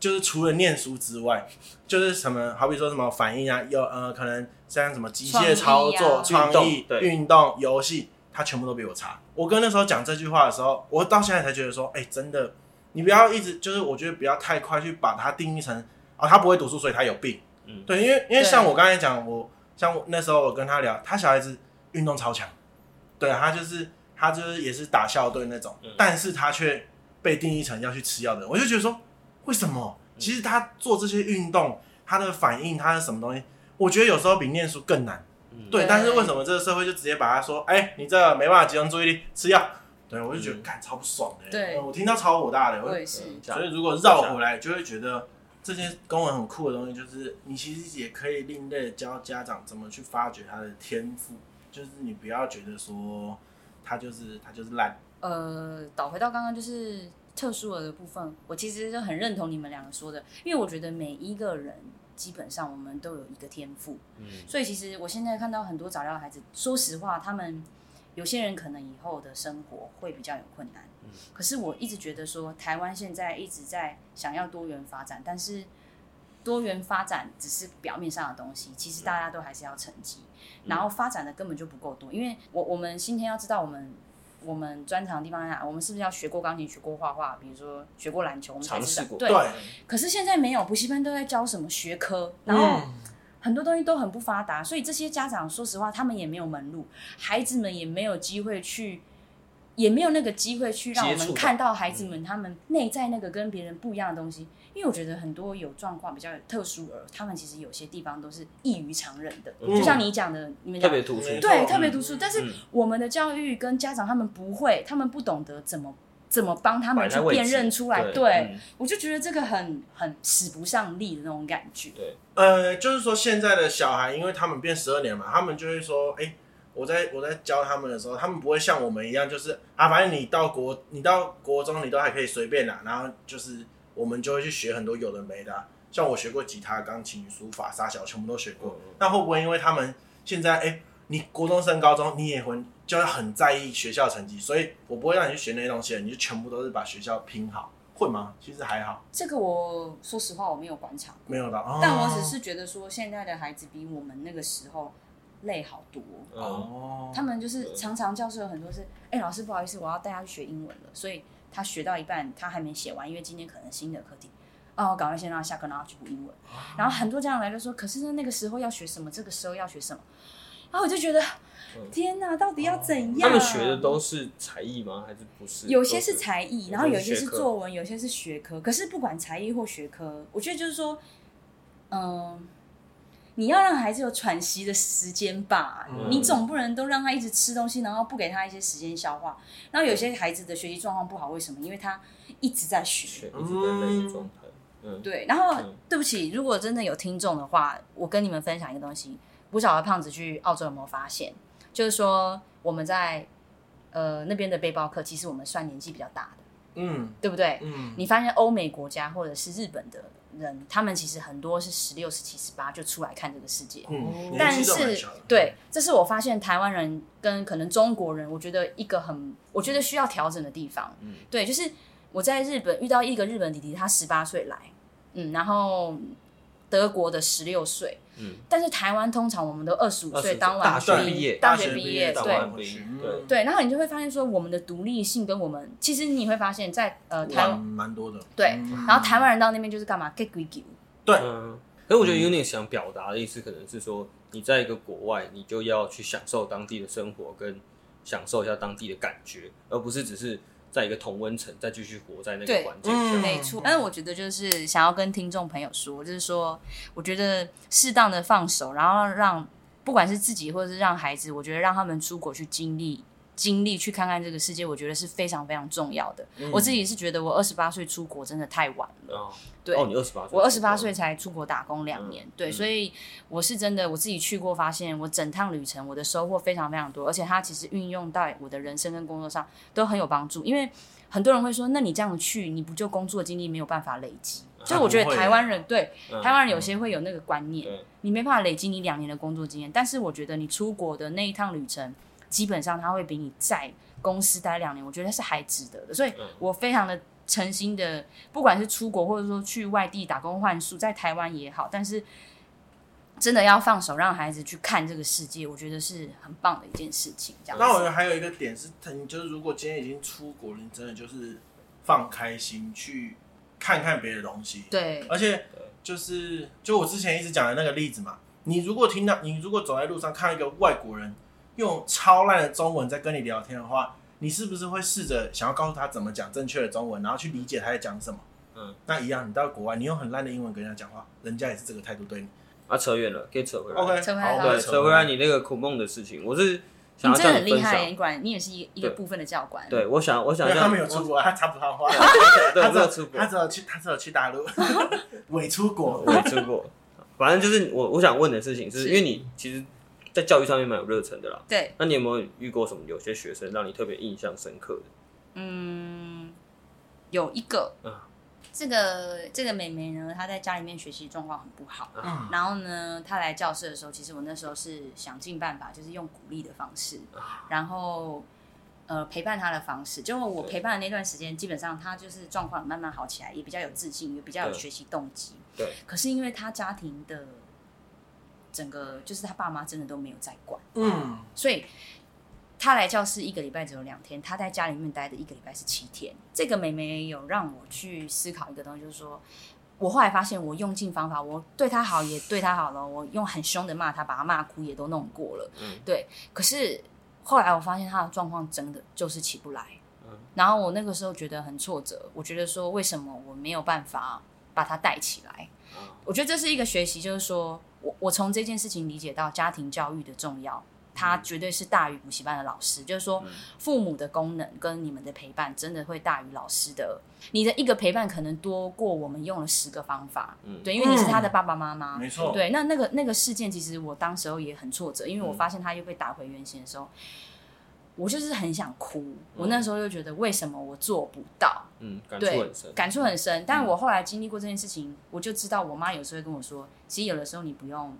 就是除了念书之外，就是什么，好比说什么反应啊，有呃，可能像什么机械操作、创创意啊运意动、对运动、游戏，他全部都比我差。我哥那时候讲这句话的时候，我到现在才觉得说，哎、真的，你不要一直就是，我觉得不要太快去把它定义成啊，他不会读书，所以他有病。嗯对，因为因为对像我刚才讲，我像我那时候我跟他聊，他小孩子运动超强，对他就是他就是也是打校队那种，嗯但是他却被定义成要去吃药的人，我就觉得说，为什么？其实他做这些运动，他的反应，他的什么东西，我觉得有时候比念书更难。嗯对，对但是为什么这个社会就直接把他说，哎、你这没办法集中注意力，吃药？对，我就觉得嗯干、超不爽的、对呃我听到超火大的。我我也是，所以如果绕回来，就会觉得这些公文很酷的东西，就是你其实也可以另类地教家长怎么去发掘他的天赋，就是你不要觉得说他就是他就是烂，呃，倒回到刚刚就是特殊儿的部分，我其实就很认同你们两个说的，因为我觉得每一个人基本上我们都有一个天赋，嗯所以其实我现在看到很多早教的孩子，说实话，他们有些人可能以后的生活会比较有困难。嗯可是我一直觉得说，台湾现在一直在想要多元发展，但是多元发展只是表面上的东西，其实大家都还是要成绩，嗯然后发展的根本就不够多。因为我我们今天要知道我们。我们专长的地方在哪？我们是不是要学过钢琴、学过画画，比如说学过篮球，我们才尝知试道。过，对，可是现在没有，补习班都在教什么学科，然后很多东西都很不发达，所以这些家长说实话，他们也没有门路，孩子们也没有机会去，也没有那个机会去让我接触到们看到孩子们他们内在那个跟别人不一样的东西。因为我觉得很多有状况比较特殊儿，他们其实有些地方都是异于常人的，嗯就像你讲的，你们特讲别突出，对对啊嗯特别读书，但是嗯我们的教育跟家长他们不会，他们不懂得怎么怎么帮他摆们在去位置辨认出来，对。对嗯我就觉得这个很很使不上力的那种感觉。呃，就是说现在的小孩，因为他们变十二年嘛，他们就会说，哎、我在我在教他们的时候，他们不会像我们一样，就是啊，反正你到国你到国中你都还可以随便啦，然后就是我们就会去学很多有的没的啊、像我学过吉他、钢琴、书法、沙小，全部都学过。嗯嗯那会不会因为他们现在哎、你国中升高中，你也会就会很在意学校成绩，所以我不会让你去学那些东西，你就全部都是把学校拼好，会吗？其实还好，这个我说实话我没有观察，没有的。哦、但我只是觉得说现在的孩子比我们那个时候累好多。嗯嗯哦，他们就是常常教授有很多是，哎、老师不好意思，我要带他去学英文了，所以他学到一半他还没写完，因为今天可能新的课题，哦，赶快先让他下课，让他去补英文。然后很多家长来就说，可是那个时候要学什么，这个时候要学什么，然后我就觉得，天哪，到底要怎样？他们学的都是才艺吗？还是不是？有些是都才艺，有然后些有是些学是科作文，有些是学科。可是不管才艺或学科，我觉得就是说，嗯、你要让孩子有喘息的时间吧，嗯你总不能都让他一直吃东西，然后不给他一些时间消化。然后有些孩子的学习状况不好，为什么？因为他一直在学。一直在累的状态，嗯，对，然后嗯对不起，如果真的有听众的话，我跟你们分享一个东西，不晓得胖子去澳洲有没有发现，就是说我们在呃那边的背包客，其实我们算年纪比较大的，嗯对不对？嗯，你发现欧美国家或者是日本的人，他们其实很多是十六、十七、十八就出来看这个世界，嗯但年纪都蛮是小的对，这是我发现台湾人跟可能中国人，我觉得一个很，我觉得需要调整的地方。嗯对，就是我在日本遇到一个日本弟弟，他十八岁来，嗯，然后德国的十六岁，嗯，但是台湾通常我们都二十五岁25当大晚学兵毕业大大学学毕毕业，业大对学晚毕回去业嗯对对，然后你就会发现说，我们的独立性跟我们，其实你会发现在呃台蛮湾蛮多的，对嗯然后台湾人到那边就是干嘛？get 鬼鬼。对嗯，可是我觉得 Unit 想表达的意思，可能是说你在一个国外，你就要去享受当地的生活，跟享受一下当地的感觉，而不是只是在一个同温层再继续活在那个对环境下。嗯没错，但是我觉得就是想要跟听众朋友说，就是说，我觉得适当的放手，然后让不管是自己或者是让孩子，我觉得让他们出国去经历。经历去看看这个世界，我觉得是非常非常重要的。我自己是觉得我二十八岁出国真的太晚了，哦，对哦，你二十八岁，我二十八岁，才出国打工两年，对，嗯所以我是真的我自己去过，发现我整趟旅程我的收获非常非常多，而且它其实运用到我的人生跟工作上都很有帮助。因为很多人会说，那你这样去，你不就工作经历没有办法累积？所以我觉不得会台湾人对啊嗯台湾人有些会有那个观念对，你没办法累积你两年的工作经验，但是我觉得你出国的那一趟旅程，基本上它会比你在公司待两年，我觉得是还值得的。所以嗯我非常的诚心的，不管是出国或者说去外地打工换宿，在台湾也好，但是真的要放手让孩子去看这个世界，我觉得是很棒的一件事情。这样那我觉子，得还有一个点是，你就是如果今天已经出国了，你真的就是放开心去看看别的东西。对，而且就是就我之前一直讲的那个例子嘛，你如果听到你如果走在路上看到一个外国人用超烂的中文在跟你聊天的话，你是不是会试着想要告诉他怎么讲正确的中文，然后去理解他在讲什么？嗯，那一样，你到国外，你用很烂的英文跟人家讲话，人家也是这个态度对你。啊，扯远了，可以扯回来。 OK，扯回来好，了对，扯回来你那个苦梦的事情，我是想你要真的叫很厉分害，享。你果然你也是一一个对部分的教官。对，我想，我因想为让他没有出国，他插不上话，对，他我只没有有出国他，只有去，他只有去大陆， 伪出国。我也出过。反正就是我我想问的事情是，是因为你其实，在教育上面蛮有热忱的啦。对，那你有没有遇过什么有些学生让你特别印象深刻的？嗯，有一个，嗯这个这个妹妹呢，她在家里面学习状况很不好，啊嗯然后呢，她来教室的时候，其实我那时候是想尽办法，就是用鼓励的方式，啊然后呃陪伴她的方式。就我对陪伴的那段时间，基本上她就是状况慢慢好起来，也比较有自信，也比较有对学习动机。对，可是因为她家庭的整个，就是她爸妈真的都没有在管，嗯，所以他来教室一个礼拜只有两天，他在家里面待的一个礼拜是七天。这个妹妹有让我去思考一个东西，就是说我后来发现，我用尽方法，我对她好也对她好了，我用很凶的骂她，把她骂哭也都弄过了，嗯对。可是后来我发现她的状况真的就是起不来，嗯然后我那个时候觉得很挫折，我觉得说为什么我没有办法把她带起来？啊，我觉得这是一个学习，就是说我我从这件事情理解到家庭教育的重要，它绝对是大于补习班的老师。就是说嗯，父母的功能跟你们的陪伴，真的会大于老师的。你的一个陪伴可能多过我们用了十个方法，嗯对，因为你是他的爸爸妈妈。没错，对，那那个那个事件，其实我当时候也很挫折，因为我发现他又被打回原形的时候，我就是很想哭。我那时候就觉得，为什么我做不到？嗯，感触对很深，嗯感触很深。但我后来经历过这件事情，我就知道我妈有时候会跟我说，其实有的时候你不用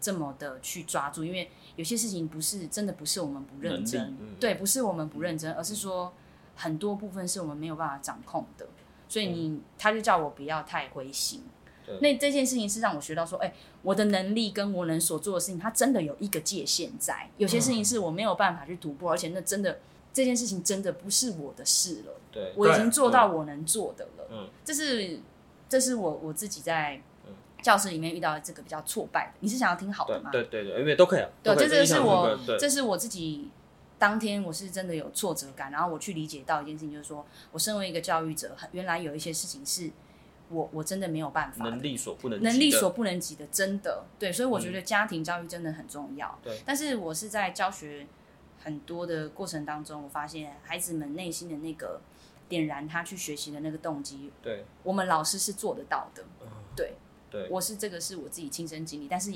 这么的去抓住，因为有些事情不是真的不是我们不认真能力，嗯对，不是我们不认真，而是说很多部分是我们没有办法掌控的。所以你，她就叫我不要太灰心嗯对。那这件事情是让我学到说，哎、我的能力跟我能所做的事情，它真的有一个界限在。有些嗯事情是我没有办法去突破，而且那真的这件事情真的不是我的事了。对，啊我已经做到我能做的了。嗯这是这是我我自己在嗯教室里面遇到的这个比较挫败的。你是想要听好对的吗？对对对，因为都可以啊，对都可以这就是印象深我刻对，这是我自己当天我是真的有挫折感，然后我去理解到一件事情，就是说我身为一个教育者，很原来有一些事情是我我真的没有办法的，能力所不能及的，嗯能力所不能及的，真的对，所以我觉得家庭教育真的很重要。对但是我是在教学很多的过程当中，我发现孩子们内心的那个点燃他去学习的那个动机，对嗯我们老师是做得到的。对，对，我是这个是我自己亲身经历，但是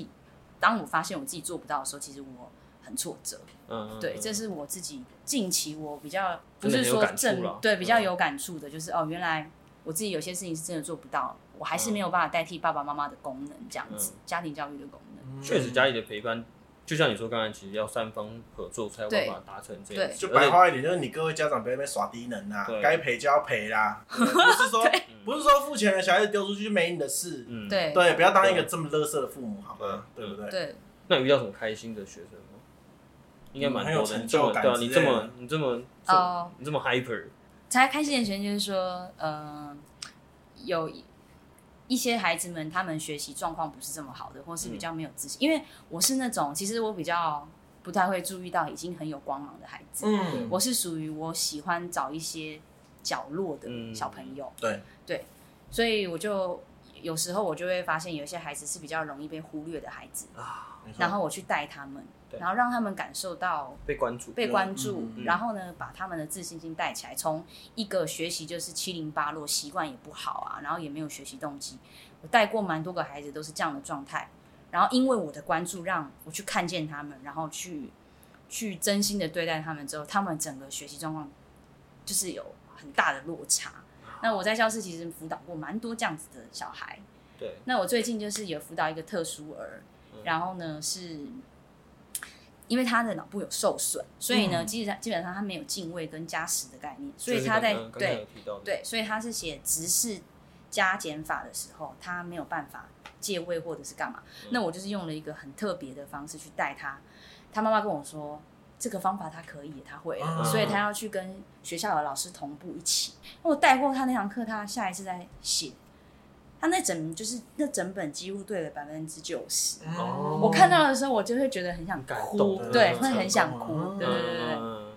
当我发现我自己做不到的时候，其实我很挫折。嗯，对，嗯这是我自己近期我比较不真的是很有说感触正了对比较嗯有感触的，就是哦，原来我自己有些事情是真的做不到，我嗯还是没有办法代替爸爸妈妈的功能，这样子、家庭教育的功能。嗯确实家里的陪伴，就像你说刚才，其实要三方合作才有办法达成这件事，就而白且话一点，就是你各位家长不要在那边耍低能啦对，该赔就要赔 啦，对不是说不是说付钱了小孩子丢出去没你的事，嗯，。对对，不要当一个这么乐色的父母，好吗？对对不对？对，那你遇到什么开心的学生吗？应该蛮嗯很有多的，成你这么就感对啊，之你类这的么你这么这哦你这么 hyper，才开始的学生就是说，呃，有一一些孩子们他们学习状况不是这么好的，或嗯是比较没有自信，因为我是那种其实我比较不太会注意到已经很有光芒的孩子，嗯，我是属于我喜欢找一些角落的小朋友，嗯对对，所以我就有时候我就会发现有一些孩子是比较容易被忽略的孩子，啊没错然后我去带他们，对然后让他们感受到被关注，被关注，嗯嗯然后呢，把他们的自信心带起来。从一个学习就是七零八落，习惯也不好啊，然后也没有学习动机。我带过蛮多个孩子都是这样的状态，然后因为我的关注，让我去看见他们，然后去去真心的对待他们之后，他们整个学习状况就是有很大的落差。那我在教室其实辅导过蛮多这样子的小孩，对，嗯那我最近就是有辅导一个特殊儿，然后呢是因为他的脑部有受损，所以呢，基本上基本上他没有敬畏跟加时的概念，所以他在就是刚刚刚才有对提到的，对，所以他是写直视加减法的时候，他没有办法借位或者是干嘛。嗯那我就是用了一个很特别的方式去带他，他妈妈跟我说。这个方法他可以，他会啊了，嗯所以他要去跟学校的老师同步一起。那我带过他那堂课，他下一次再写，他那整就是那整本几乎对了百分之九十。哦我看到的时候，我就会觉得很想感哭动，对，嗯会很想成功哭，啊对对对对对。嗯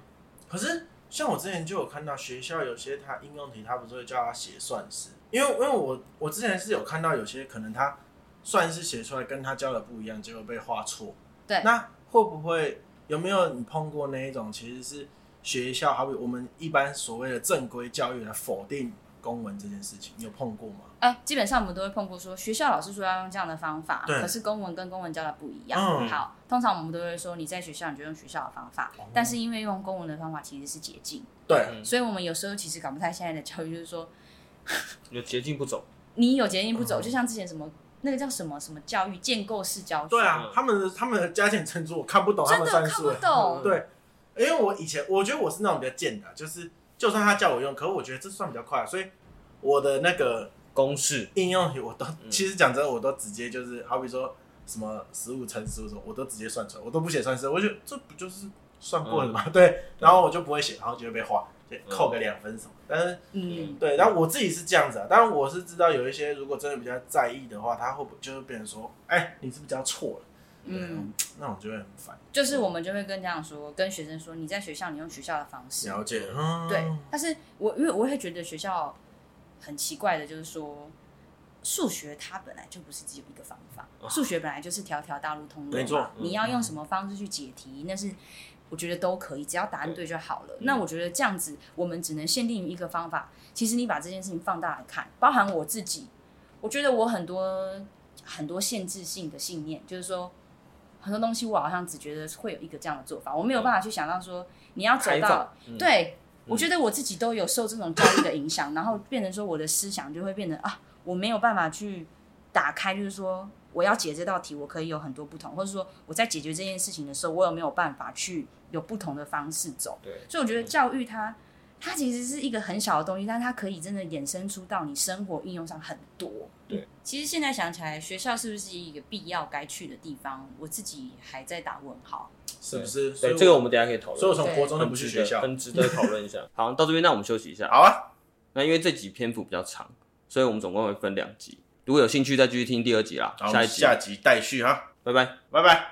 可是像我之前就有看到学校有些他应用题，他不是会叫他写算式，因为因为我我之前是有看到有些可能他算式写出来跟他教的不一样，结果被画错。对那会不会有没有你碰过那一种其实是学校，好比我们一般所谓的正规教育来否定公文这件事情，你有碰过吗？哎、基本上我们都会碰过说，学校老师说要用这样的方法，对可是公文跟公文教的不一样。嗯哦好，通常我们都会说，你在学校你就用学校的方法，但是因为用公文的方法其实是捷径，对，嗯所以我们有时候其实搞不太现在的教育，就是说有捷径不走，你有捷径不嗯走，就像之前什么那个叫什么什么教育建构式教学，对啊，他们的他们的加减乘除我看不懂他嗯真们的算看术不欸嗯懂。对，因为我以前我觉得我是那种比较贱的，啊就是就算他叫我用，可是我觉得这算比较快，啊所以我的那个公式应用题我都、嗯其实讲真的，我都直接就是好比说什么十五乘十五什么，我都直接算出来，我都不写算式，我就这不就是算过了吗？嗯对，然后我就不会写，然后就会被划，就扣个两分什么。但是嗯，对，然后我自己是这样子啊，当然我是知道有一些如果真的比较在意的话，他会不就是变成说，哎、你是不是教错了？对嗯，那我就会很烦。就是我们就会跟家长说，跟学生说，你在学校你用学校的方式，了解，嗯，对，但是我因为我会觉得学校很奇怪的，就是说数学它本来就不是只有一个方法，数学本来就是条条大路通没罗错嗯马，你要用什么方式去解题，那是我觉得都可以，只要答案对就好嗯了。那我觉得这样子，我们只能限定于一个方法。其实你把这件事情放大来看，包含我自己，我觉得我很多很多限制性的信念，就是说。很多东西我好像只觉得会有一个这样的做法，我没有办法去想到说你要走嗯开到放，嗯对，我觉得我自己都有受这种教育的影响，然后变成说我的思想就会变得啊，我没有办法去打开，就是说我要解这道题，我可以有很多不同，或者说我在解决这件事情的时候，我有没有办法去有不同的方式走？对，所以我觉得教育它，它其实是一个很小的东西，但它可以真的衍生出到你生活应用上很多。对，嗯其实现在想起来，学校是不是一个必要该去的地方？我自己还在打问号。是不是？所以对，这个我们等一下可以讨论。所以我从对国中就很不去值学得校。很值得讨论 一下。好，到这边，那我们休息一下。好啊，那因为这集篇幅比较长，所以我们总共会分两集。如果有兴趣，再继续听第二集啦。好，下一集，下集待续哈，拜拜。拜拜。